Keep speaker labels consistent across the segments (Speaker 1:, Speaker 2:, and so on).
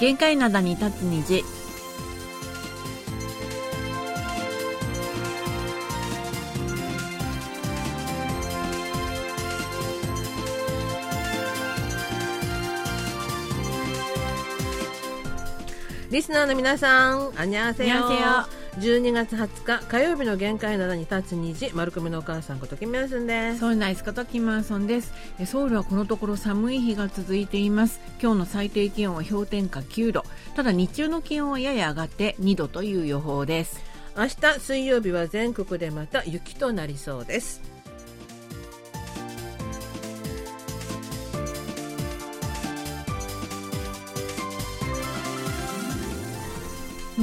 Speaker 1: 限界灘に立つ虹
Speaker 2: リスナーの皆さん、あにゃーせよ
Speaker 1: こんにちは。
Speaker 2: 12月20日火曜日の限界の7に立つ虹、丸組のお母さんこときみやすんです。
Speaker 1: ソウルナイスことキムアソンですえソウルはこのところ寒い日が続いています今日の最低気温は氷点下9度ただ日中の気温はやや上がって2度という予報です
Speaker 2: 明日水曜日は全国でまた雪となりそうです。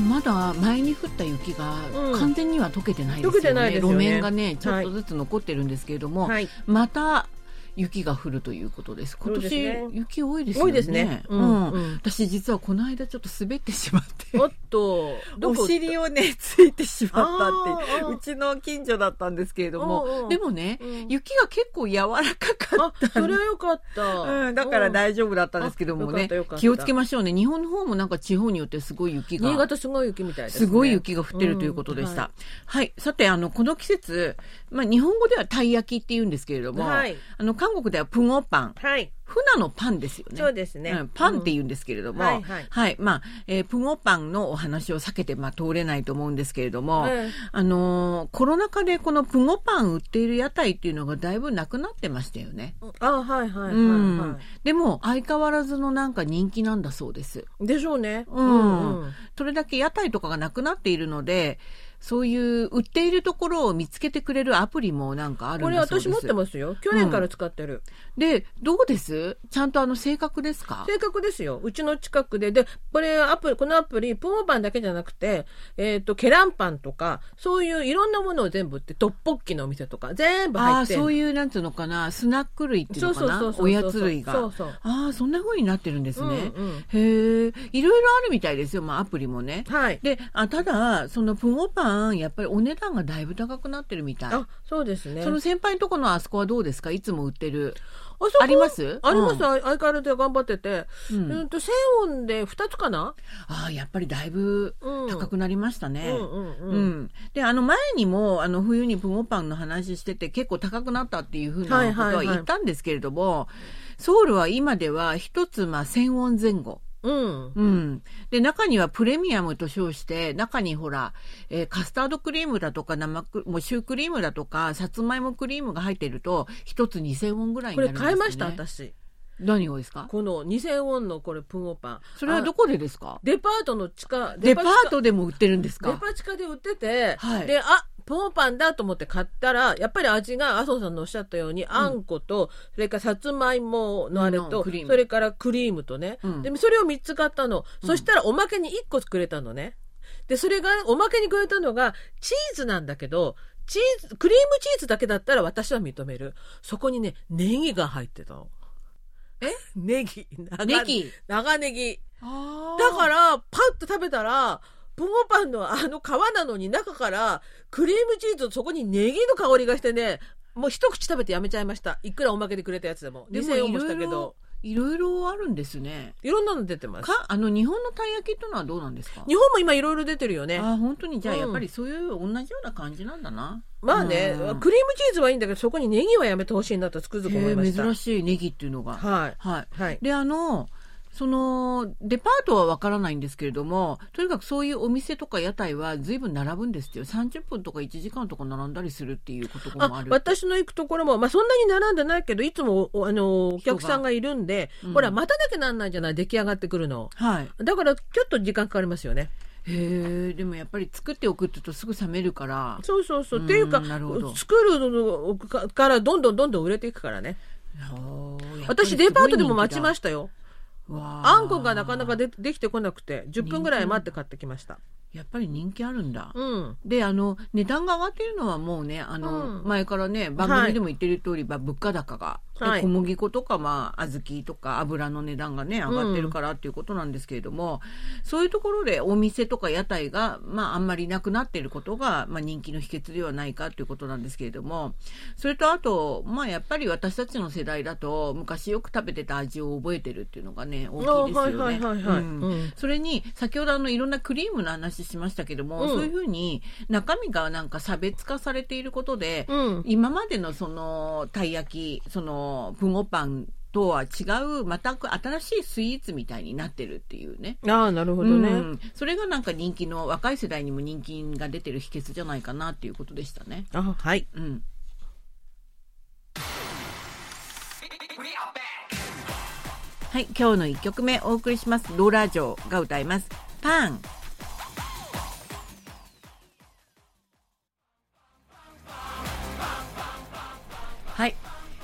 Speaker 1: まだ前に降った雪が
Speaker 2: うん
Speaker 1: 完全には溶けてないですよね,、
Speaker 2: 溶けてないですよね
Speaker 1: 路面がねちょっ
Speaker 2: はい
Speaker 1: とずつ残ってるんですけれども、
Speaker 2: はい。
Speaker 1: また雪が降るということです今
Speaker 2: そう
Speaker 1: 年
Speaker 2: ですね
Speaker 1: 雪多いですよ
Speaker 2: 多
Speaker 1: ね
Speaker 2: いですね。
Speaker 1: う
Speaker 2: うんん。うん
Speaker 1: 私実はこの間ちょっと滑ってしま って
Speaker 2: おっ と、
Speaker 1: お尻をねついてしまったっていううちの近所だったんですけれども
Speaker 2: うんうん
Speaker 1: でもね
Speaker 2: うん
Speaker 1: 雪が結構柔らかかっ
Speaker 2: あ、それはよかった。
Speaker 1: た、うん、だから
Speaker 2: うん
Speaker 1: 大丈夫だったんですけども
Speaker 2: あよか
Speaker 1: ね
Speaker 2: ったよかった
Speaker 1: 気をつけましょうね日本の方もなんか地方によってすごい雪が
Speaker 2: 新潟すごい雪みたいです、ね。
Speaker 1: すごい雪が降ってるということでした。
Speaker 2: うんは
Speaker 1: はい、さて、あの、この季節、まあ、日本語ではたい焼きって言うんですけれども、
Speaker 2: はい
Speaker 1: あの、韓国ではプンオパン、
Speaker 2: はい。
Speaker 1: 船のパンですよね。
Speaker 2: そうですね。
Speaker 1: うんパンって言うんですけれども、
Speaker 2: うんはいはい
Speaker 1: まあ、えープンオパンのお話を避けて、まあ、通れないと思うんですけれど
Speaker 2: う
Speaker 1: も、
Speaker 2: ん
Speaker 1: あのーコロナ禍でこのプンオパン売っている屋台っていうのがだいぶなくなってましたよね。
Speaker 2: うんあ、はいはいはい、はい
Speaker 1: うん。でも、相変わらずのなんか人気なんだそうです。
Speaker 2: でしょうね。
Speaker 1: うんそれだけ屋台とかがなくなっているので、そういう売っているところを見つけてくれるアプリもなんかある
Speaker 2: こ
Speaker 1: ん
Speaker 2: れ
Speaker 1: だそうで
Speaker 2: 私
Speaker 1: す。
Speaker 2: 持ってますよ。去年から使ってる。
Speaker 1: で、どうですちゃんとあの性格ですか
Speaker 2: 正確ですよ。うちの近くで。で、これアプリ、このアプリ、プモパンだけじゃなくて、えっ、と、ケランパンとか、そういういろんなものを全部売って、トッポッキのお店とか、全部
Speaker 1: あ
Speaker 2: 入
Speaker 1: あ、
Speaker 2: って
Speaker 1: そう
Speaker 2: いう
Speaker 1: いうなんていうのかな、スナック類っていう
Speaker 2: そ
Speaker 1: の
Speaker 2: う
Speaker 1: か
Speaker 2: そう
Speaker 1: な
Speaker 2: そうそう。
Speaker 1: おやつ類が。
Speaker 2: そうそう。
Speaker 1: ああ、そんな風になってるんですね。
Speaker 2: うんうん
Speaker 1: へえ、いろいろあるみたいですよ、まあアプリもね。
Speaker 2: はい。
Speaker 1: で、あただ、そのプンゴパン、やっぱりお値段がだいぶ高くなってるみたい。
Speaker 2: あ、そうですね。
Speaker 1: その先輩のとこのあそこはどうですかいつも売ってる。
Speaker 2: あそこ
Speaker 1: あります
Speaker 2: ありま
Speaker 1: うん
Speaker 2: す、あ相変わらず頑張ってて。
Speaker 1: う
Speaker 2: うん、
Speaker 1: ん。
Speaker 2: と、1000音で2つかな
Speaker 1: ああ、やっぱりだいぶ
Speaker 2: うん。
Speaker 1: 高くなりましたね。
Speaker 2: うんうんうん。
Speaker 1: うん、であの前にもあの冬にプゴパンの話してて結構高くなったっていうふう
Speaker 2: は
Speaker 1: ないこ
Speaker 2: はい
Speaker 1: とは
Speaker 2: はい
Speaker 1: 言ったんですけれども、ソウルは今では一つまあ1000ウォン前後、
Speaker 2: うん。
Speaker 1: うん、で中にはプレミアムと称して中にほら、えーカスタードクリームだとか生クもうシュークリームだとかさつまいもクリームが入っていると一つ2000ウォンぐらいに
Speaker 2: こ
Speaker 1: なる
Speaker 2: れ
Speaker 1: んですよ、ね、
Speaker 2: 買いました、私。
Speaker 1: 何をですか
Speaker 2: この2000ウォンのこれ、プンオパン。
Speaker 1: それはどこでですか
Speaker 2: あデパートの地下、
Speaker 1: デパー
Speaker 2: 地下
Speaker 1: トでも売ってるんです
Speaker 2: デ
Speaker 1: か
Speaker 2: パ地下で売ってて、
Speaker 1: はい
Speaker 2: で、あ、ポンパンだと思って買ったら、やっぱり味が、麻生さんのおっしゃったように、あんこと、それからさつまいものあれ
Speaker 1: う
Speaker 2: と、
Speaker 1: んクリーム
Speaker 2: それからクリームとね、
Speaker 1: うん
Speaker 2: でそれを3つ買ったの。
Speaker 1: うん
Speaker 2: そしたらおまけに1個くれたのね。で、それが、おまけにくれたのが、チーズなんだけど、チーズ、クリームチーズだけだったら私は認める。そこにね、ネギが入ってたの。えネギ。長
Speaker 1: ネギ
Speaker 2: 長ネギ。
Speaker 1: あ
Speaker 2: だから、パッと食べたら、ポンゴパンのあの皮なのに中からクリームチーズとそこにネギの香りがしてね、もう一口食べてやめちゃいました。いくらおまけでくれたやつでも。
Speaker 1: でも
Speaker 2: 2000円もしたけど。
Speaker 1: いろいろあるんですね。
Speaker 2: いろんなの出てます。
Speaker 1: かあの日本のたい焼きってのはどうなんですか
Speaker 2: 日本も今いろいろ出てるよね。
Speaker 1: あ本当にじゃあ
Speaker 2: うん
Speaker 1: やっぱりそういう同じような感じなんだな、
Speaker 2: まあね、
Speaker 1: うん
Speaker 2: クリームチーズはいいんだけど、そこにネギはやめてほしいなとつくづく思いま
Speaker 1: へえ
Speaker 2: した。
Speaker 1: 珍しいネギっていうのがは
Speaker 2: はい。
Speaker 1: い、
Speaker 2: はい。
Speaker 1: であのそのデパートはわからないんですけれどもとにかくそういうお店とか屋台は随分並ぶんですってよ30分とか1時間とか並んだりするっていうこともあ
Speaker 2: あ
Speaker 1: る
Speaker 2: 私の行くところも、まあ、そんなに並んでないけどいつもおあのお客さんがいるんで、
Speaker 1: うん
Speaker 2: ほら待たなきゃなんないじゃない出来上がってくるの
Speaker 1: はい、
Speaker 2: だからちょっと時間かかりますよね
Speaker 1: へえでもやっぱり作っておくって言うとすぐ冷めるから
Speaker 2: そうそうそう。
Speaker 1: うん
Speaker 2: っていうか、
Speaker 1: なるほど
Speaker 2: 作るのからどんどんどんどん売れていくからね。私、デパートでも待ちま
Speaker 1: し
Speaker 2: したよ。
Speaker 1: た
Speaker 2: あんこがなかなかでできてこなくて、10分ぐらい待って買ってきました。
Speaker 1: やっぱり人気あるんだ。
Speaker 2: うん。
Speaker 1: であの値段が上がってるのはもうねあの、
Speaker 2: うん
Speaker 1: 前からね番組でも言ってる通り、ば物価高がで
Speaker 2: はい
Speaker 1: 小麦粉とか、まあ、小豆とか油の値段がね、上がってるからっていうことなんですけれども、そういうところでお店とか屋台が、まあ、あんまりなくなっていることが、まあ、人気の秘訣ではないかということなんですけれども、それとあと、まあ、やっぱり私たちの世代だと、昔よく食べてた味を覚えてるっていうのがね、大きいですよね。うんそれに先ほどあのいろんなクリームの話しましたけども、
Speaker 2: うん
Speaker 1: そういうふうに中身がなんか差別化されていることで、
Speaker 2: うん
Speaker 1: 今までのそのたい焼きそのプゴパンとは違うまた新しいスイーツみたいになってるっていうね。
Speaker 2: ああなるほどね、
Speaker 1: うんそれがなんか人気の若い世代にも人気が出てる秘訣じゃないかなっていうことでしたね。
Speaker 2: あはい
Speaker 1: うん、はい今日の一曲目お送りしますローラージョーが歌いますパンはい、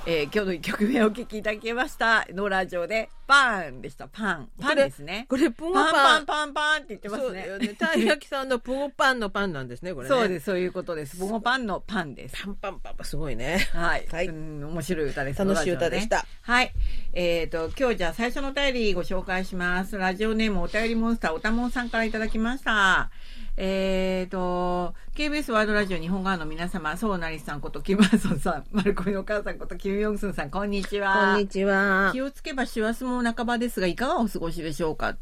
Speaker 1: えー、今日の一曲目お聞きいただきましたローラージョーでパンでしたパンパンですね
Speaker 2: これプンゴ
Speaker 1: パン
Speaker 2: パ
Speaker 1: パ
Speaker 2: ン
Speaker 1: ンパンパンって言ってま
Speaker 2: そ
Speaker 1: す
Speaker 2: うだ
Speaker 1: ね
Speaker 2: よねたい焼きさんのプンゴパンのパンなんですねこれね
Speaker 1: そうですそういうことですボゴパンのパンです
Speaker 2: パンパンパンパンすごいね
Speaker 1: はい、
Speaker 2: はい
Speaker 1: うん面白い歌です
Speaker 2: 楽しい歌でした
Speaker 1: ラジオねはいえっ、と今日じゃあ最初のお便りご紹介しますラジオネームお便りモンスターおたもんさんからいただきましたえっ、と KBS ワードラジオ日本側の皆様そうなりさんことキム・アソンさんマルコミのお母さんことキム・ヨンスンさんこんにちは
Speaker 2: こんにちは
Speaker 1: 気をつけば師走も半ばですがいかがお過ごしでしょうか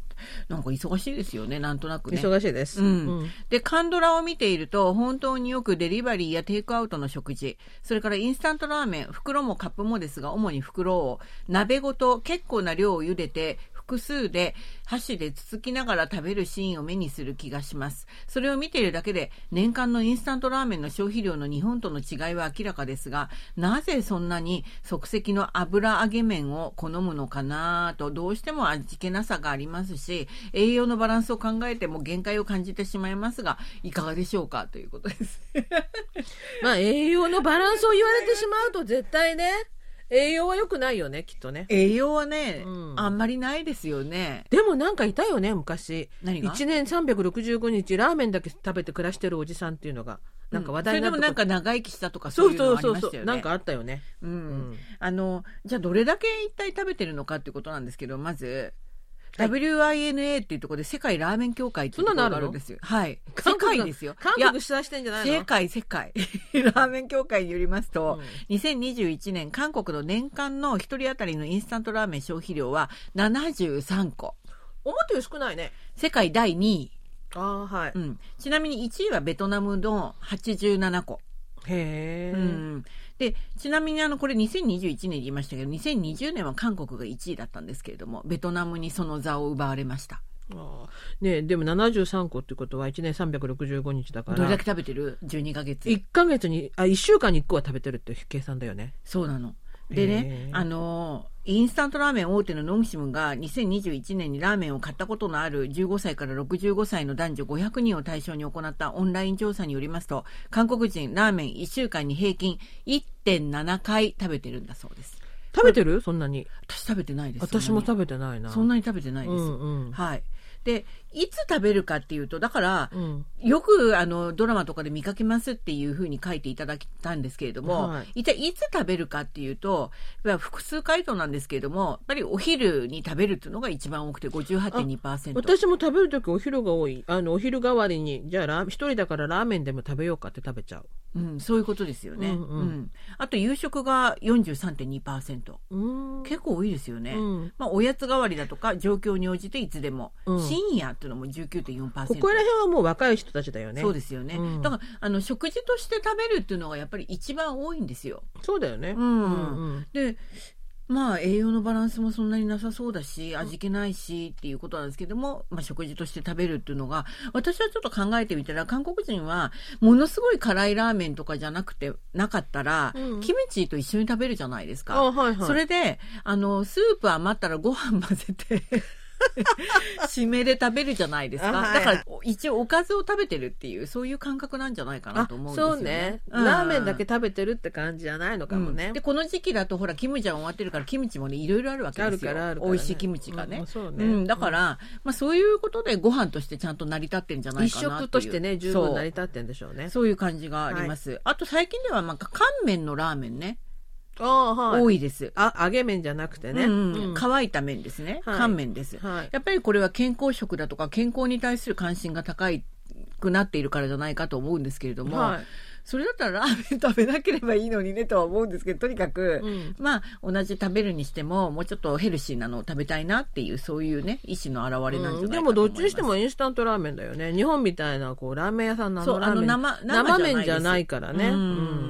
Speaker 1: なんか忙しいですよねなんとなくね
Speaker 2: 忙しいです、
Speaker 1: うんで、カンドラを見ていると、本当によくデリバリーやテイクアウトの食事、それからインスタントラーメン、袋もカップもですが、主に袋を、鍋ごと結構な量を茹でて、複数で箸でつつきながら食べるシーンを目にする気がします。それを見ているだけで、年間のインスタントラーメンの消費量の日本との違いは明らかですが、なぜそんなに即席の油揚げ麺を好むのかなと、どうしても味気なさがありますし、栄養のバランスを考えても限界を感じてしまいますが、いかがでしょうかということ です。
Speaker 2: まあ栄養のバランスを言われてしまうと絶対ね栄養は良くないよねきっとね
Speaker 1: 栄養はね、
Speaker 2: うん
Speaker 1: あんまりないですよね。
Speaker 2: でもなんかいたよね昔
Speaker 1: 何が
Speaker 2: 1年365日ラーメンだけ食べて暮らしてるおじさんっていうのがなんか話題
Speaker 1: うん
Speaker 2: に
Speaker 1: それ
Speaker 2: な
Speaker 1: で
Speaker 2: っ
Speaker 1: も
Speaker 2: た
Speaker 1: なん
Speaker 2: こ
Speaker 1: か長生きしたとかそ
Speaker 2: そう
Speaker 1: いううの
Speaker 2: そう
Speaker 1: あり
Speaker 2: そう
Speaker 1: まし
Speaker 2: そう、
Speaker 1: たよね。
Speaker 2: なんかあったよね
Speaker 1: うん、
Speaker 2: ん
Speaker 1: あのじゃあどれだけ一体食べてるのかっていうことなんですけどまず、
Speaker 2: はい
Speaker 1: WINA っていうところで世界ラーメン協会っていうところがあるんですよ。はい、世
Speaker 2: 韓国
Speaker 1: 界
Speaker 2: が
Speaker 1: ですよ。
Speaker 2: 韓
Speaker 1: いや
Speaker 2: 国主催してんじゃないの
Speaker 1: 世界世界 ラーメン協会によりますと、
Speaker 2: うん
Speaker 1: 2021年韓国の年間の1人当たりのインスタントラーメン消費量は73個
Speaker 2: 思ったより少ないね
Speaker 1: 世界第2位、
Speaker 2: ああはい、
Speaker 1: うん、ちなみに1位はベトナムの87個、
Speaker 2: へえ、
Speaker 1: うん、でちなみにあのこれ2021年で言いましたけど2020年は韓国が1位だったんですけれどもベトナムにその座を奪われました
Speaker 2: ああねえでも73個ってことは1年365日だか
Speaker 1: どれだ
Speaker 2: ら
Speaker 1: け食べてる12ヶ月
Speaker 2: 1ヶ月にあ1週間に1個は食べてるっていう計算だよね
Speaker 1: そうなの。でね
Speaker 2: へ、ー
Speaker 1: あのー、インスタントラーメン大手のノンシムが2021年にラーメンを買ったことのある15歳から65歳の男女500人を対象に行ったオンライン調査によりますと、韓国人ラーメン1週間に平均1.7回食べてるんだそうです。
Speaker 2: 食べてるそんなに
Speaker 1: 私食べてないです。
Speaker 2: 私も食べてないな
Speaker 1: そんなにそんなに食べてないです。
Speaker 2: うんうん
Speaker 1: はい。で、いつ食べるかっていうと、だから、
Speaker 2: うん
Speaker 1: よくあのドラマとかで見かけますっていうふうに書いていただいたんですけれども、
Speaker 2: はい
Speaker 1: 一体いつ食べるかっていうとやっぱ複数回答なんですけれどもやっぱりお昼に食べるっていうのが一番多くて58.2%
Speaker 2: 私も食べる時お昼が多いあのお昼代わりにじゃあラー一人だからラーメンでも食べようかって食べちゃう
Speaker 1: うん、そういうことですよね、
Speaker 2: うんうん
Speaker 1: あと夕食が43.2%
Speaker 2: うん
Speaker 1: 結構多いですよね、
Speaker 2: うん
Speaker 1: まあ、おやつ代わりだとか状況に応じていつでも、
Speaker 2: うん
Speaker 1: 深夜っていうのも19.4%
Speaker 2: ここら辺はもう若い人たちだよね
Speaker 1: そうですよね、
Speaker 2: うん
Speaker 1: だからあの食事として食べるっていうのがやっぱり一番多いんですよ
Speaker 2: そうだよね
Speaker 1: うん
Speaker 2: うん
Speaker 1: でまあ栄養のバランスもそんなになさそうだし味気ないしっていうことなんですけども、まあ、食事として食べるっていうのが私はちょっと考えてみたら韓国人はものすごい辛いラーメンとかじゃなくてなかったら、
Speaker 2: うん
Speaker 1: キムチと一緒に食べるじゃないですか。
Speaker 2: あはいはい
Speaker 1: それであのスープ余ったらご飯混ぜ て締めで食べるじゃないですか、
Speaker 2: あはい
Speaker 1: だから一応おかずを食べてるっていうそういう感覚なんじゃないかなと思うんですよね。
Speaker 2: あそうね、
Speaker 1: うん
Speaker 2: ラーメンだけ食べてるって感じじゃないのかもね、
Speaker 1: うんでこの時期だとほらキムチは終わってるからキムチもねいろいろあるわけ
Speaker 2: あ
Speaker 1: で
Speaker 2: る
Speaker 1: すよ
Speaker 2: からあるから、
Speaker 1: 美味しいキムチがね,、
Speaker 2: う
Speaker 1: うんん
Speaker 2: そうね
Speaker 1: だから、まあ、そういうことでご飯としてちゃんと成り立ってるんじゃない
Speaker 2: 一
Speaker 1: かなっていう
Speaker 2: 食としてね十分成り立ってんでしょう
Speaker 1: そ
Speaker 2: ね
Speaker 1: うそういう感じがあります、あと最近ではなんか乾麺のラーメンね
Speaker 2: ああはい
Speaker 1: 多いです。
Speaker 2: あ揚げ麺じゃなくてね、
Speaker 1: うんうん
Speaker 2: うん
Speaker 1: 乾いた麺ですね、
Speaker 2: はい
Speaker 1: 乾麺です、
Speaker 2: はい
Speaker 1: やっぱりこれは健康食だとか健康に対する関心が高いくなっているからじゃないかと思うんですけれども、
Speaker 2: はい
Speaker 1: それだったらラーメン食 べなければいいのにねとは思うんですけどとにかく、
Speaker 2: うん
Speaker 1: まあ同じ食べるにしてももうちょっとヘルシーなのを食べたいなっていうそういうね意思の表れなんじゃないかと思います、
Speaker 2: でもどっちにしてもインスタントラーメンだよね日本みたいなこうラーメン屋さんのあ
Speaker 1: そ
Speaker 2: の
Speaker 1: う
Speaker 2: ラーメン
Speaker 1: あの生
Speaker 2: 生麺
Speaker 1: 生
Speaker 2: じ
Speaker 1: じ
Speaker 2: ゃ
Speaker 1: ゃ
Speaker 2: な
Speaker 1: ないい
Speaker 2: からね、
Speaker 1: う
Speaker 2: うん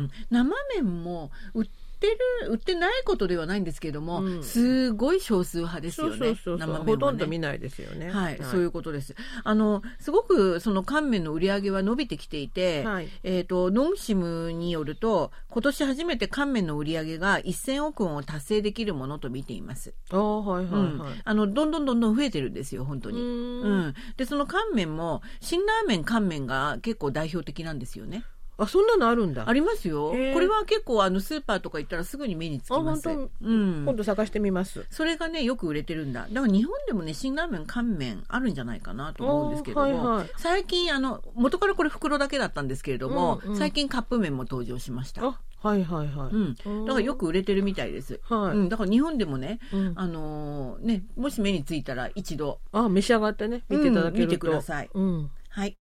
Speaker 1: ん生麺も売ってる売ってないことではないんですけれども、
Speaker 2: うん
Speaker 1: すごい少数派です
Speaker 2: そ
Speaker 1: よ
Speaker 2: う
Speaker 1: ね
Speaker 2: そうそうそう、
Speaker 1: 生麺はね
Speaker 2: ほとんど見ないですよね
Speaker 1: はい、そういうことです。あの、すごくその乾麺の売り上げは伸びてきていて、
Speaker 2: はい
Speaker 1: えっ、と、ノンシムによると、今年初めて乾麺の売り上げが1000億ウォンを達成できるものと見ています。
Speaker 2: ああはいは
Speaker 1: う
Speaker 2: い
Speaker 1: ん
Speaker 2: はい、
Speaker 1: あの、どんどんどんどん増えてるんですよ、本当
Speaker 2: う
Speaker 1: に。
Speaker 2: ん
Speaker 1: うん。で、その乾麺も、辛ラーメン乾麺が結構代表的なんですよね。
Speaker 2: あそんなのあるんだ
Speaker 1: ありますよ。こ
Speaker 2: へー
Speaker 1: れは結構、あの、スーパーとか行ったらすぐに目につきます。
Speaker 2: あ本
Speaker 1: うん
Speaker 2: 今。度探してみます
Speaker 1: それがねよく売れてるんだだから日本でもね辛ラーメン乾麺あるんじゃないかなと思うんですけども、
Speaker 2: おーはいはい
Speaker 1: 最近あの元からこれ袋だけだったんですけれども、
Speaker 2: うんうん
Speaker 1: 最近カップ麺も登場しました、
Speaker 2: あはいはいはい、
Speaker 1: うん、
Speaker 2: うん
Speaker 1: だからよく売れてるみたいです、
Speaker 2: はい、
Speaker 1: うん、だから日本でもね、
Speaker 2: うん
Speaker 1: あのーねもし目についたら一度
Speaker 2: あ召し上がってね見ていただける
Speaker 1: うん
Speaker 2: と、
Speaker 1: 見てください
Speaker 2: うん
Speaker 1: はい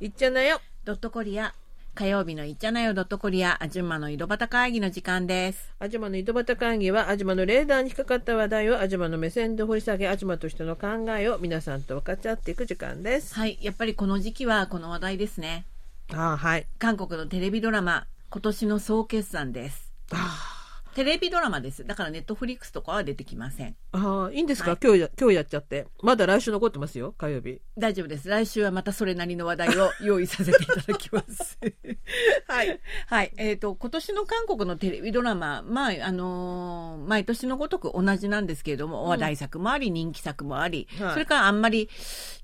Speaker 2: いっちゃなよ
Speaker 1: ドットコリア火曜日のいっちゃなよドットコリアあじゅんまの井戸端会議の時間です
Speaker 2: アジマの井戸端会議はアジマのレーダーに引っかかった話題をアジマの目線で掘り下げアジマとしての考えを皆さんと分かち合っていく時間です
Speaker 1: はいやっぱりこの時期はこの話題ですね
Speaker 2: あはい
Speaker 1: 韓国のテレビドラマ今年の総決算です
Speaker 2: あ
Speaker 1: テレビドラマです。だからネットフリックスとかは出てきません。
Speaker 2: あいいんですか、
Speaker 1: はい
Speaker 2: 今日や今日やっちゃってまだ来週残ってますよ火曜日
Speaker 1: 大丈夫です。来週はまたそれなりの話題 を用意させていただきます。
Speaker 2: はい
Speaker 1: はい。えっ、と、今年の韓国のテレビドラマ、まあ、あのー毎年のごとく同じなんですけれども、話題作もあり、人気作もあり、
Speaker 2: はい
Speaker 1: それからあんまり、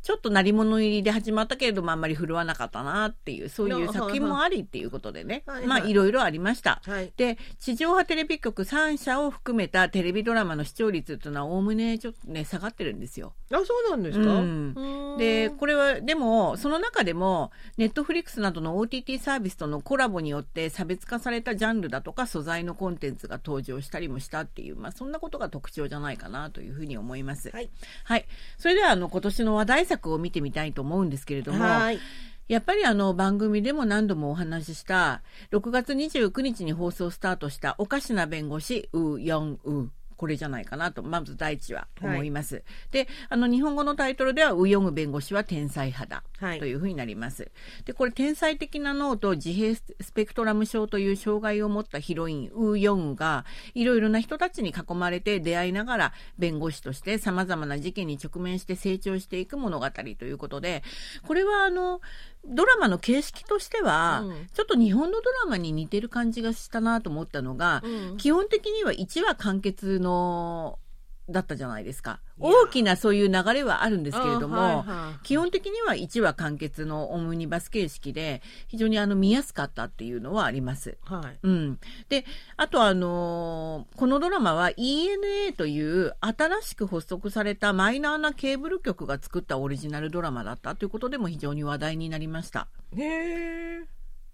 Speaker 1: ちょっと鳴り物入りで始まったけれども、あんまり振るわなかったなっていう、そういう作品もありっていうことでね、
Speaker 2: はいはい
Speaker 1: まあ、いろいろありました。
Speaker 2: はい
Speaker 1: で地上波テレビ局3社を含めたテレビドラマの視聴率というのはおおむねちょっとね下がってるんですよ。
Speaker 2: あそうなんですか、
Speaker 1: うん
Speaker 2: ーん
Speaker 1: でこれはでもその中でもネットフリックスなどの OTT サービスとのコラボによって差別化されたジャンルだとか素材のコンテンツが登場したりもしたっていう、まあ、そんなことが特徴じゃないかなというふうに思います。
Speaker 2: はい
Speaker 1: はい、それではあの今年の話題作を見てみたいと思うんですけれども、
Speaker 2: はい
Speaker 1: やっぱりあの番組でも何度もお話しした6月29日に放送スタートした「おかしな弁護士うよんう」これじゃないかなとまず第一は思います、であの日本語のタイトルでは「うよんう弁護士は天才派だ」
Speaker 2: はい
Speaker 1: というふうになりますでこれ天才的な脳と自閉スペクトラム症という障害を持ったヒロインウ・ヨンウがいろいろな人たちに囲まれて出会いながら弁護士としてさまざまな事件に直面して成長していく物語ということでこれはあのドラマの形式としては、
Speaker 2: うん
Speaker 1: ちょっと日本のドラマに似てる感じがしたなと思ったのが、
Speaker 2: うん
Speaker 1: 基本的には1話完結のだったじゃないですか
Speaker 2: いや
Speaker 1: 大きなそういう流れはあるんですけれども、
Speaker 2: あーはいはい
Speaker 1: 基本的には1話完結のオムニバス形式で非常にあの見やすかったっていうのはあります。
Speaker 2: はい
Speaker 1: うん、であと、あのーこのドラマは ENA という新しく発足されたマイナーなケーブル局が作ったオリジナルドラマだったということでも非常に話題になりました。
Speaker 2: へえ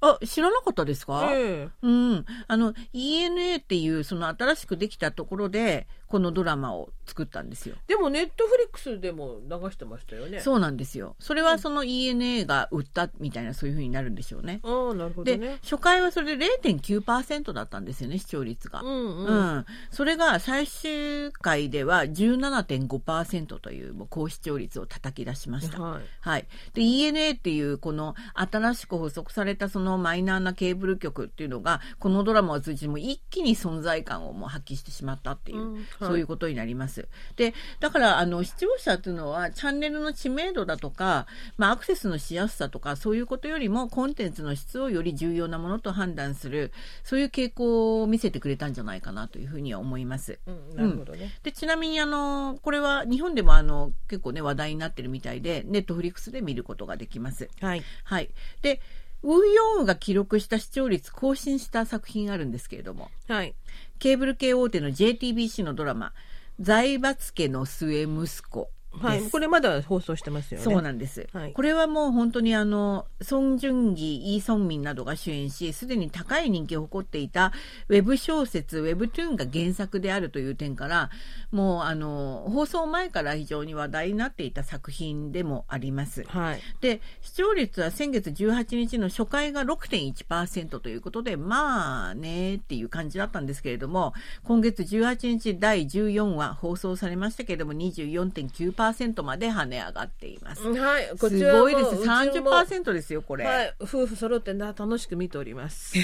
Speaker 1: あ知らなかったですか、
Speaker 2: え
Speaker 1: うん、あの ENA っていうその新しくできたところでこのドラマを作ったんですよ。
Speaker 2: でもネットフリックスでも流してましたよね
Speaker 1: そうなんですよ。それはその ENA が売ったみたいなそういう風になるんでしょうね。
Speaker 2: ああなるほど
Speaker 1: で、
Speaker 2: ね
Speaker 1: 初回はそれで0.9%だったんですよね、視聴率が。
Speaker 2: ん
Speaker 1: うん、それが最終回では17.5%というもう高視聴率を叩き出しました。
Speaker 2: はい
Speaker 1: はい、で ENA っていうこの新しく発足されたそのマイナーなケーブル局っていうのがこのドラマを通じてもう一気に存在感をもう発揮してしまったっていう、
Speaker 2: うんはい
Speaker 1: そういうことになります。でだからあの視聴者っていうのはチャンネルの知名度だとか、まあ、アクセスのしやすさとかそういうことよりもコンテンツの質をより重要なものと判断するそういう傾向を見せてくれたんじゃないかなというふうには思います。
Speaker 2: うんなるほどね、
Speaker 1: でちなみにあのこれは日本でもあの結構ね話題になってるみたいでネットフリックスで見ることができます。
Speaker 2: はい
Speaker 1: はい、でウーヨンウが記録した視聴率更新した作品あるんですけれども
Speaker 2: はい
Speaker 1: ケーブル系大手の JTBC のドラマ「財閥家の末息子」
Speaker 2: はい、これまだ放送してますよね。
Speaker 1: そうなんです、
Speaker 2: はい
Speaker 1: これはもう本当にあのソン・ジュンギイ・ソンミンなどが主演しすでに高い人気を誇っていたウェブ小説「ウェブトゥーン」が原作であるという点からもうあの放送前から非常に話題になっていた作品でもあります。
Speaker 2: はい。
Speaker 1: で視聴率は先月18日の初回が6.1%ということでまあねっていう感じだったんですけれども今月18日第14話放送されましたけれども24.9%まで跳ね上がっています。
Speaker 2: はい、こち
Speaker 1: す
Speaker 2: らも
Speaker 1: ごいです。
Speaker 2: うちも
Speaker 1: 30%ですよ、これ。
Speaker 2: はい、夫婦揃ってな楽しく見ております。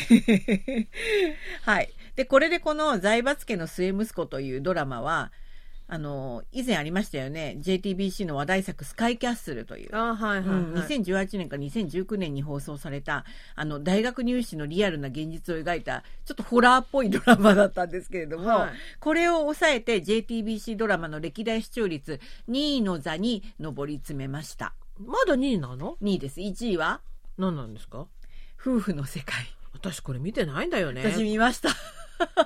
Speaker 1: はい。で、これでこの財閥家の末息子というドラマは、あの、以前ありましたよね。JTBC の話題作、スカイキャッスルという。
Speaker 2: あ、はい、はい、
Speaker 1: うん
Speaker 2: はい。
Speaker 1: 2018年か2019年に放送されたあの大学入試のリアルな現実を描いたちょっとホラーっぽいドラマだったんですけれども、
Speaker 2: はい
Speaker 1: これを抑えて JTBC ドラマの歴代視聴率2位の座に上り詰めました
Speaker 2: まだ2位なの？
Speaker 1: 2位です1位は
Speaker 2: 何なんですか？
Speaker 1: 夫婦の世界、
Speaker 2: 私これ見てないんだよね。
Speaker 1: 私見ました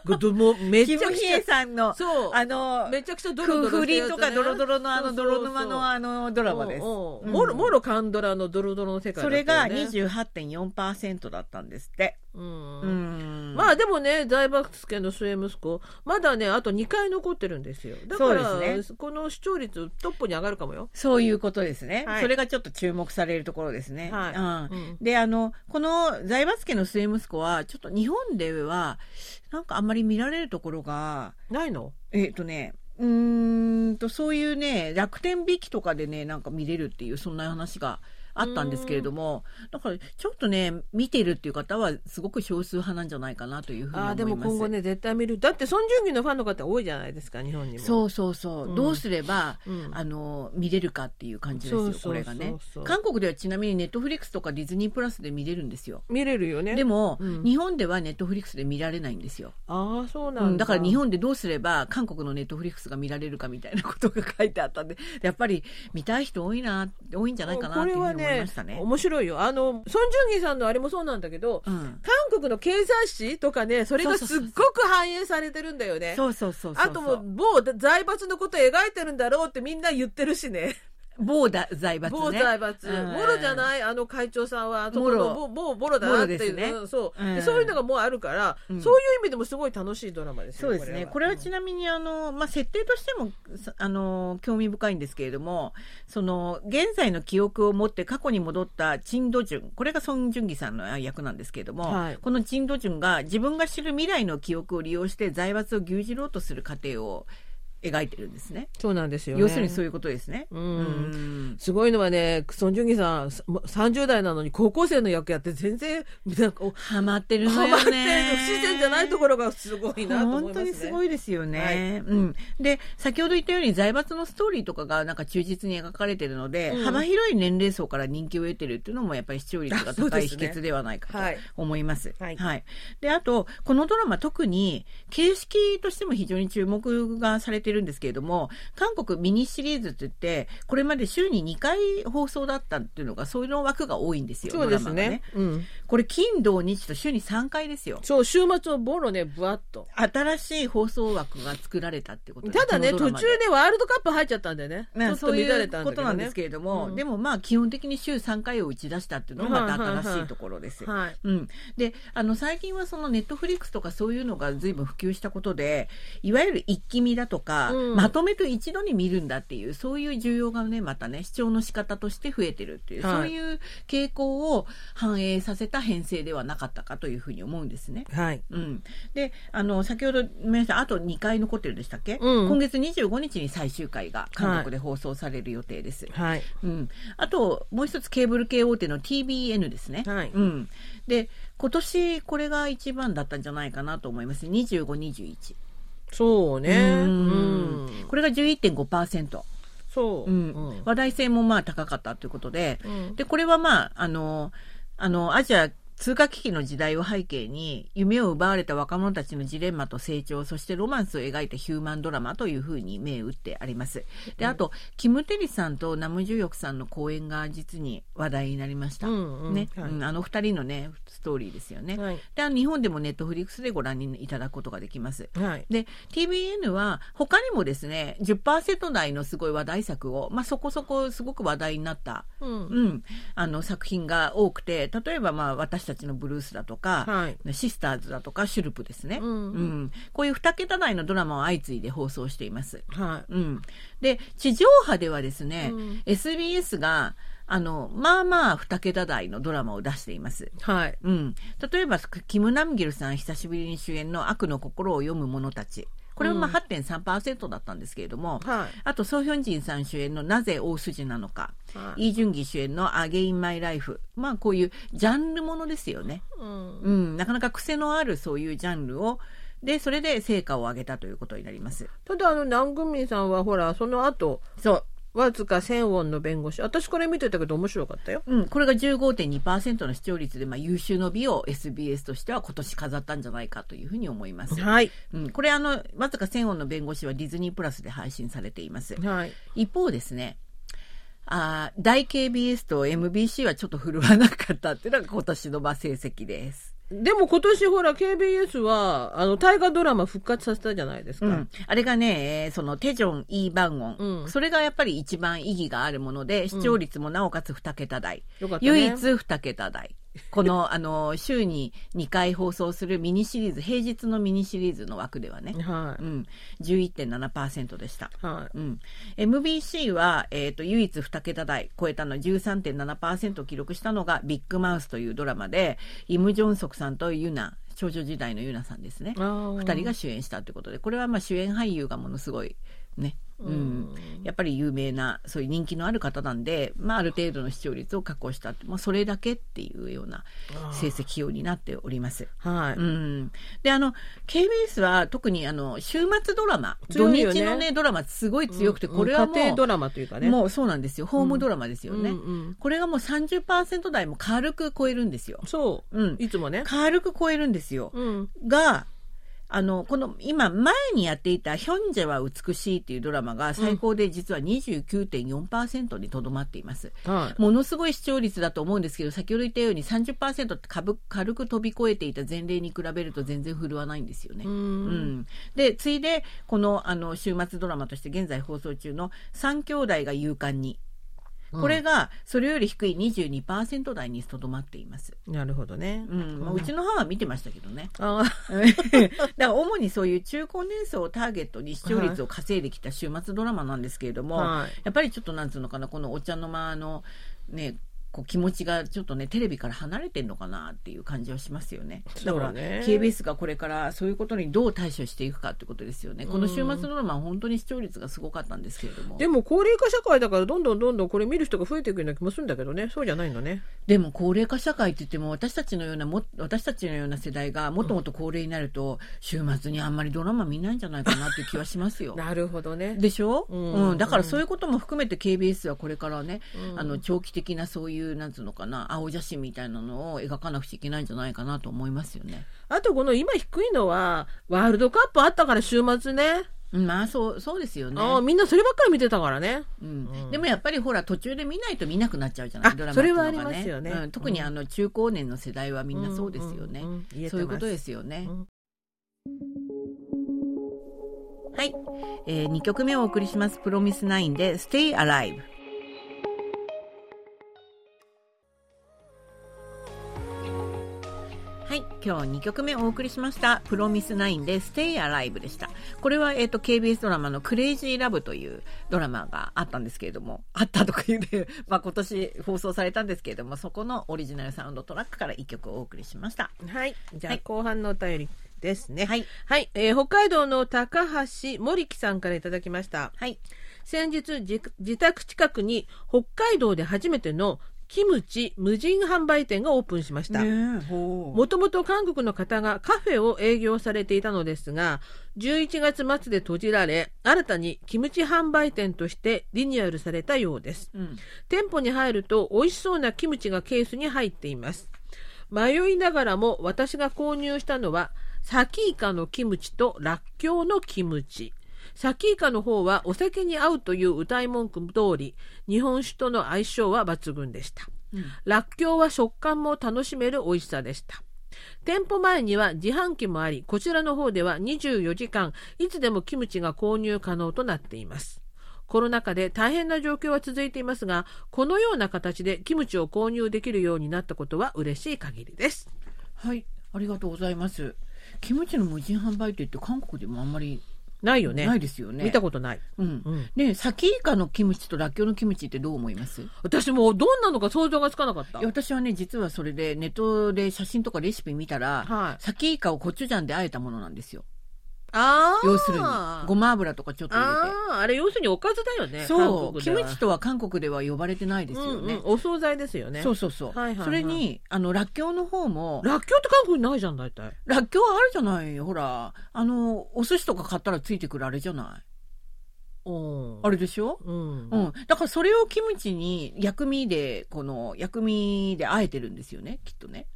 Speaker 2: グッドもうめ
Speaker 1: キ
Speaker 2: ちゃ
Speaker 1: ム・
Speaker 2: く
Speaker 1: ヒ
Speaker 2: ちゃ
Speaker 1: エさんの
Speaker 2: そう
Speaker 1: あの
Speaker 2: めちゃくちゃドロドロ
Speaker 1: 不
Speaker 2: したや
Speaker 1: 倫
Speaker 2: つね
Speaker 1: とかドロドロのあの
Speaker 2: そうそうそう
Speaker 1: 泥沼のあのドラマです
Speaker 2: おうおう
Speaker 1: うん
Speaker 2: もろもろカンドラのドロドロの世界だ
Speaker 1: そ
Speaker 2: ったよ
Speaker 1: れ
Speaker 2: ね
Speaker 1: が28.4%だったんですって
Speaker 2: うん
Speaker 1: うん
Speaker 2: まあでもね財閥家の末息子まだねあと2回残ってるんですよだから
Speaker 1: そうです
Speaker 2: この視聴率トップに上がるかもよ
Speaker 1: そういうことですね、
Speaker 2: はい
Speaker 1: それがちょっと注目されるところですね。
Speaker 2: はい、
Speaker 1: うん
Speaker 2: うん
Speaker 1: であのこの財閥家の末息子はちょっと日本ではなんかあんまり見られるところが
Speaker 2: ないの
Speaker 1: えっ、とねうーんとそういうね楽天引きとかでねなんか見れるっていうそんな話があったんですけれどもだからちょっとね見てるっていう方はすごく少数派なんじゃないかなというふうに思います。
Speaker 2: あーでも今後ね絶対見るだってソン・ジュンギのファンの方多いじゃないですか日本にも
Speaker 1: そうそうそう、
Speaker 2: うん
Speaker 1: どうすれば、
Speaker 2: うん
Speaker 1: あの見れるかっていう感じですよ
Speaker 2: そうそうそうそう
Speaker 1: これがね韓国ではちなみにネットフリックスとかディズニープラスで見れるんですよ
Speaker 2: 見れるよね
Speaker 1: でも、
Speaker 2: うん
Speaker 1: 日本ではネットフリックスで見られないんですよ、
Speaker 2: ああそうなん
Speaker 1: う
Speaker 2: だ、
Speaker 1: ん、だから日本でどうすれば韓国のネットフリックスが見られるかみたいなことが書いてあったんで やっぱり見たい人多いな多いんじゃないかなっていうふうに思いましたね
Speaker 2: これはね面白いよあのソン・ジュンギさんのあれもそうなんだけど、
Speaker 1: うん、
Speaker 2: 韓国の経済誌とかねそれがすっごく反映されてるんだよね
Speaker 1: そうそうそうそう
Speaker 2: あともう某財閥のことを描いてるんだろうってみんな言ってるしね
Speaker 1: 某だ財閥ね
Speaker 2: 某財閥
Speaker 1: うん
Speaker 2: ボロじゃないあの会長さんはあそこ
Speaker 1: ボ
Speaker 2: の
Speaker 1: ロ
Speaker 2: 某某ボロだなっていう、
Speaker 1: ボロですね
Speaker 2: うんそうで
Speaker 1: うん
Speaker 2: そういうのがもうあるから、
Speaker 1: うん
Speaker 2: そういう意味でもすごい楽しいドラマです
Speaker 1: そ
Speaker 2: よ
Speaker 1: うですね。これはち
Speaker 2: な
Speaker 1: なみにあの、まあ、設定としても、さあの、興味深いんですけれども、その、現在の記憶を持って過去に戻ったチン・ドジュン、これがソン・ジュンギさんの役なんですけれども、
Speaker 2: はい
Speaker 1: このチン・ドジュンが自分が知る未来の記憶を利用して財閥を牛耳ろうとする過程を描いてるんですね。
Speaker 2: そうなんですよ、ね、
Speaker 1: 要するにそういうことですね。
Speaker 2: うん
Speaker 1: うん
Speaker 2: すごいのはね、ソン・ジュンギさん、さもう30代なのに高校生の役やって全然、なんか、お
Speaker 1: ハマってるの
Speaker 2: ハマ
Speaker 1: よ
Speaker 2: っ
Speaker 1: ね。
Speaker 2: てる、不自然じゃないところがすごいなと思いま
Speaker 1: 本
Speaker 2: すね。
Speaker 1: 当にすご
Speaker 2: い。
Speaker 1: いですよね、
Speaker 2: はい
Speaker 1: うん、で先ほど言ったように財閥のストーリーとかがなんか忠実に描かれているので、
Speaker 2: うん
Speaker 1: 幅広い年齢層から人気を得てるっていうのもやっぱり視聴率が
Speaker 2: あそう
Speaker 1: 高
Speaker 2: で
Speaker 1: い
Speaker 2: す
Speaker 1: 秘
Speaker 2: ね
Speaker 1: 訣ではないかと
Speaker 2: はい
Speaker 1: 思います。
Speaker 2: はい
Speaker 1: であとこのドラマ特に形式としても非常に注目がされてるんですけれども韓国ミニシリーズって言ってこれまで週に2回放送だったっていうのがそういうの枠が多いんですよ
Speaker 2: そうです
Speaker 1: ドラマが
Speaker 2: ね。うん。
Speaker 1: これ金土日と週に3回ですよ。
Speaker 2: そう、週末をボロね、ぶわっと。
Speaker 1: 新しい放送枠が作られたってことです
Speaker 2: ただね、
Speaker 1: この
Speaker 2: 途
Speaker 1: ドラマ
Speaker 2: 中
Speaker 1: で
Speaker 2: でワールドカップ入っちゃったんだよね。
Speaker 1: ね
Speaker 2: ちょっ
Speaker 1: そ
Speaker 2: と
Speaker 1: う
Speaker 2: 乱
Speaker 1: い
Speaker 2: れ
Speaker 1: う
Speaker 2: たん
Speaker 1: こ
Speaker 2: だけ
Speaker 1: と
Speaker 2: ど
Speaker 1: なん
Speaker 2: ね
Speaker 1: です。けれども、
Speaker 2: うん
Speaker 1: でもまあ基本的に週3回を打ち出したっていうのがまた
Speaker 2: はいはいはい
Speaker 1: 新しいところですよ。
Speaker 2: はい。
Speaker 1: うん、であの最近はそのネットフリックスとかそういうのが随分普及したことでいわゆる一気見だとか、
Speaker 2: うん
Speaker 1: まとめて一度に見るんだっていうそういう需要がねまたね視聴の仕方として増えてるっていう、
Speaker 2: はい
Speaker 1: そういう傾向を反映させた編成ではなかったかというふうに思うんですね。
Speaker 2: はい。
Speaker 1: うん、であの先ほど皆さんあと2回残ってるでしたっけ、
Speaker 2: うん
Speaker 1: 今月25日に最終回が韓国で放送される予定です、
Speaker 2: はい。
Speaker 1: うん、あともう一つケーブル系大手の TBN ですね、
Speaker 2: はい
Speaker 1: うん、で今年これが一番だったんじゃないかなと思います2521、
Speaker 2: そうね。
Speaker 1: うん
Speaker 2: うん
Speaker 1: これが11.5%、
Speaker 2: そう。
Speaker 1: うん
Speaker 2: うん
Speaker 1: 話題性もまあ高かったということで、
Speaker 2: うん
Speaker 1: でこれはまああのあのアジア通貨危機の時代を背景に夢を奪われた若者たちのジレンマと成長そしてロマンスを描いたヒューマンドラマというふうに銘打ってありますであとキム・テリさんとナム・ジュヨクさんの公演が実に話題になりました、
Speaker 2: うんうん
Speaker 1: ね
Speaker 2: はい
Speaker 1: うんあの二人のねストーリーですよね、
Speaker 2: はい
Speaker 1: であの日本でもネットフリックスでご覧にいただくことができます
Speaker 2: はい
Speaker 1: で TBN は他にもですね10%台のすごい話題作を、まあ、そこそこすごく話題になった
Speaker 2: うん
Speaker 1: うん、あの作品が多くて例えばまあ私たちのブルースだとか、
Speaker 2: はい
Speaker 1: シスターズだとかシュルプですね、
Speaker 2: うん
Speaker 1: うんこういう2桁台のドラマを相次いで放送しています、
Speaker 2: は
Speaker 1: うん、で地上波ではですね、
Speaker 2: うん
Speaker 1: SBS があのまあまあ2桁台のドラマを出しています
Speaker 2: いはい
Speaker 1: うん、例えばキム・ナムギルさん久しぶりに主演の「悪の心を読む者たち」これはまあ
Speaker 2: うん
Speaker 1: 8.3%だったんですけれども、
Speaker 2: はい
Speaker 1: あとソヒョンジンさん主演の「なぜ大筋なのか」
Speaker 2: はい
Speaker 1: イ・ジュンギ主演の「アゲイン・マイ・ライフ」まあこういうジャンルものですよね、
Speaker 2: うん
Speaker 1: うん、なかなか癖のあるそういうジャンルをでそれで成果を上げたということになります。
Speaker 2: ただあの南宮民さんはほらその後
Speaker 1: そう
Speaker 2: わずか千音の弁護士私これ見てたけど面白かったよ
Speaker 1: うん、これが15.2%の視聴率で、まあ、優秀の美を SBS としては今年飾ったんじゃないかというふうに思います。
Speaker 2: はい
Speaker 1: うん、これあの、わずか千音の弁護士はディズニープラスで配信されています。
Speaker 2: はい
Speaker 1: 一方ですね、あー大 KBS と MBC はちょっと振るわなかったっていうのが今年のまあ成績です。
Speaker 2: でも今年ほら KBS はあの大河ドラマ復活させたじゃないですか、
Speaker 1: うん、あれがね、そのテジョン・イー・バンゴン、
Speaker 2: うん
Speaker 1: それがやっぱり一番意義があるもので、視聴率もなおかつ2桁台。
Speaker 2: よかったね
Speaker 1: 唯一2桁台。この、 あの、週に2回放送するミニシリーズ、平日のミニシリーズの枠ではね、
Speaker 2: は
Speaker 1: うん、11.7%でした。
Speaker 2: いは
Speaker 1: うん、MBC は、えー、と唯一2桁台超えたの13.7%を記録したのが「ビッグマウス」というドラマでイム・ジョンソクさんとユナ少女時代のユナさんですね
Speaker 2: いあー
Speaker 1: 2人が主演したということでこれはまあ主演俳優がものすごいね、うんやっぱり有名なそういう人気のある方なんで、まあ、ある程度の視聴率を確保したって、まあ、それだけっていうような成績表になっております。
Speaker 2: はい、
Speaker 1: うん、であの KBS は特にあの週末ドラマ、土
Speaker 2: 強い
Speaker 1: 日
Speaker 2: よね
Speaker 1: の、ね、ドラマすごい強くて、これはもう,、
Speaker 2: 家庭ドラマというかね
Speaker 1: もうそうなんですよホームドラマですよね、
Speaker 2: うんうん
Speaker 1: これがもう30%台も軽く超えるんですよ
Speaker 2: そう、
Speaker 1: うん
Speaker 2: いつもね、
Speaker 1: 軽く超えるんですよ、
Speaker 2: うん、
Speaker 1: があのこの今前にやっていた「ヒョンジェは美しい」っていうドラマが最高で実は29.4%にとどまっています、
Speaker 2: はい
Speaker 1: ものすごい視聴率だと思うんですけど先ほど言ったように30%って軽く軽く飛び越えていた前例に比べると全然振るわないんですよね。
Speaker 2: ん
Speaker 1: うんでついでこのあの週末ドラマとして現在放送中の「三兄弟が勇敢に」これがそれより低い22%台にとどまっています。
Speaker 2: なるほどね、
Speaker 1: うんまあ、うちの母は見てましたけどね
Speaker 2: あー
Speaker 1: だから主にそういう中高年層をターゲットに視聴率を稼いできた週末ドラマなんですけれども、
Speaker 2: はい
Speaker 1: やっぱりちょっとなんつうのかなこのお茶の間のねこう気持ちがちょっとねテレビから離れてるのかなっていう感じはしますよねだから
Speaker 2: そうね
Speaker 1: KBS がこれからそういうことにどう対処していくかってことですよねこの週末のドラマは本当に視聴率がすごかったんですけれども
Speaker 2: でも高齢化社会だからどんどんどんどんこれ見る人が増えていくような気もするんだけどねそうじゃないのね
Speaker 1: でも高齢化社会って言っても私たちのようなも私たちのような世代がもっともっと高齢になると週末にあんまりドラマ見ないんじゃないかなっていう気はしますよ。
Speaker 2: なるほどね
Speaker 1: でしょ、う
Speaker 2: うんん
Speaker 1: だからそういうことも含めて KBS はこれからね、
Speaker 2: うん
Speaker 1: あの長期的なそういうなんつうのかな青写真みたいなのを描かなくちゃいけないんじゃないかなと思いますよね。
Speaker 2: あとこの今低いのはワールドカップあったから週末ね
Speaker 1: うんまあそうそうですよね、
Speaker 2: ああみんなそればっかり見てたからね
Speaker 1: うん
Speaker 2: うん
Speaker 1: でもやっぱりほら途中で見ないと見なくなっちゃうじゃない
Speaker 2: あ
Speaker 1: ドラマ
Speaker 2: それは
Speaker 1: っていうのが
Speaker 2: ありますよね
Speaker 1: うん特にあの中高年の世代はみんなそうですよね。
Speaker 2: んんん言えてます
Speaker 1: そういうことですよね。はい、えー、2曲目をお送りします「プロミスナインで「Stay Alive」。はい今日2曲目お送りしました「プロミスナインで「Stay Alive」でしたこれは、えー、と KBS ドラマの「クレイジーラブ」というドラマがあったんですけれどもあったとか言うね、 まあ、今年放送されたんですけれどもそこのオリジナルサウンドトラックから1曲お送りしました
Speaker 2: はいじゃ
Speaker 1: は
Speaker 2: あ
Speaker 1: い
Speaker 2: 後半のお便りですね
Speaker 1: はい、
Speaker 2: はい、えー北海道の高橋森木さんからいただきました
Speaker 1: はい、
Speaker 2: 先日自自宅近くに北海道で初めてのキムチ無人販売店がオープンしました、もともと韓国の方がカフェを営業されていたのですが、11月末で閉じられ、新たにキムチ販売店としてリニューアルされたようです。
Speaker 1: うん
Speaker 2: 店舗に入ると美味しそうなキムチがケースに入っています。迷いながらも私が購入したのはサキイカのキムチとラッキョウのキムチサキイカの方はお酒に合うという歌い文句通り日本酒との相性は抜群でしたラッキョウは食感も楽しめる美味しさでした店舗前には自販機もありこちらの方では24時間いつでもキムチが購入可能となっていますコロナ禍で大変な状況は続いていますがこのような形でキムチを購入できるようになったことは嬉しい限りです
Speaker 1: はい、ありがとうございます。キムチの無人販売店って韓国でもあんまり
Speaker 2: ないよね
Speaker 1: ないですよね。
Speaker 2: 見たことない、
Speaker 1: うん
Speaker 2: う。ん、
Speaker 1: ね、サキイカのキムチとラッキョウのキムチってどう思います？い
Speaker 2: 私もうどんなのか想像がつかなかった
Speaker 1: や私はね実はそれでネットで写真とかレシピ見たら、
Speaker 2: はい
Speaker 1: サキイカをコチュジャンで和えたものなんですよ。
Speaker 2: あー
Speaker 1: 要するにごま油とかちょっと入
Speaker 2: あーあれ要するにおかずだよ
Speaker 1: れ
Speaker 2: ね
Speaker 1: て。そう、
Speaker 2: 韓
Speaker 1: キ
Speaker 2: 国で
Speaker 1: ム
Speaker 2: は
Speaker 1: チとは韓国では呼ばれてないですよね。
Speaker 2: うんうんお惣菜ですよね
Speaker 1: そうそうそう。
Speaker 2: はいはいはい
Speaker 1: それにあのラッキョウの方も
Speaker 2: らっきょうって韓国にないじゃん大体
Speaker 1: ラッキョウあるじゃない。ほらあのお寿司とか買ったらついてくるあれじゃない。
Speaker 2: うん
Speaker 1: あれでしょ？
Speaker 2: うん
Speaker 1: うん、だからそれをキムチに薬味でこの薬味で和えてるんですよねきっとね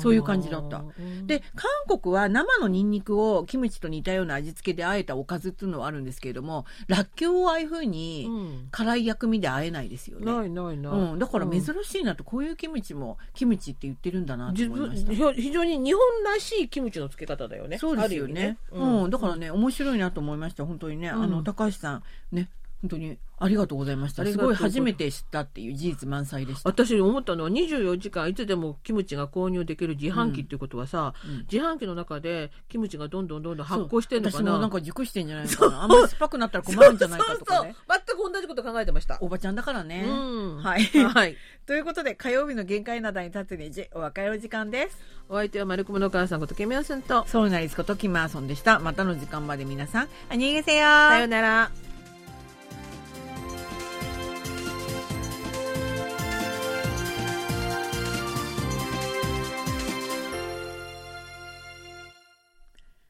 Speaker 1: そういう感じだった
Speaker 2: うん
Speaker 1: で韓国は生のニンニクをキムチと似たような味付けで和えたおかずっていうのはあるんですけれどもらっきょうをああいうふう
Speaker 2: う
Speaker 1: に
Speaker 2: ん
Speaker 1: 辛い薬味で和えないですよね、
Speaker 2: な
Speaker 1: う
Speaker 2: いないない、
Speaker 1: ん、だから珍しいなとこういうキムチもキムチって言ってるんだなと
Speaker 2: 自
Speaker 1: 思い
Speaker 2: 分
Speaker 1: ました
Speaker 2: ひょ非常に日本らしいキムチの付け方だよね
Speaker 1: そうですよね
Speaker 2: ある意味
Speaker 1: うん、だからね面白いなと思いました本当にね、あ
Speaker 2: う
Speaker 1: の
Speaker 2: ん
Speaker 1: 高橋さんね本当にありがとうございました
Speaker 2: あり
Speaker 1: す
Speaker 2: がとう
Speaker 1: ご
Speaker 2: ご
Speaker 1: い
Speaker 2: ざいます
Speaker 1: 初めて知ったっていう事実満載でした、
Speaker 2: 私思ったのは24時間いつでもキムチが購入できる自販機っていうことはさ、
Speaker 1: うん
Speaker 2: 自販機の中でキムチがどんどんどんどん発酵してるのか
Speaker 1: そう私
Speaker 2: な
Speaker 1: もなんか熟してんじゃないのかなあんまり酸っぱくなったら困るんじゃないかとかね
Speaker 2: そうそうそう全く同じこと考えてました、
Speaker 1: おばちゃんだからね、
Speaker 2: うん
Speaker 1: はい
Speaker 2: はい、
Speaker 1: ということで火曜日の限界なだに立つにじお別れの時間です
Speaker 2: お相手は丸雲のお母さんことケミヤさんと
Speaker 1: ソウルナリスことキマーソンでしたまたの時間まで皆さんあにげせよ
Speaker 2: さようなら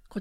Speaker 1: こ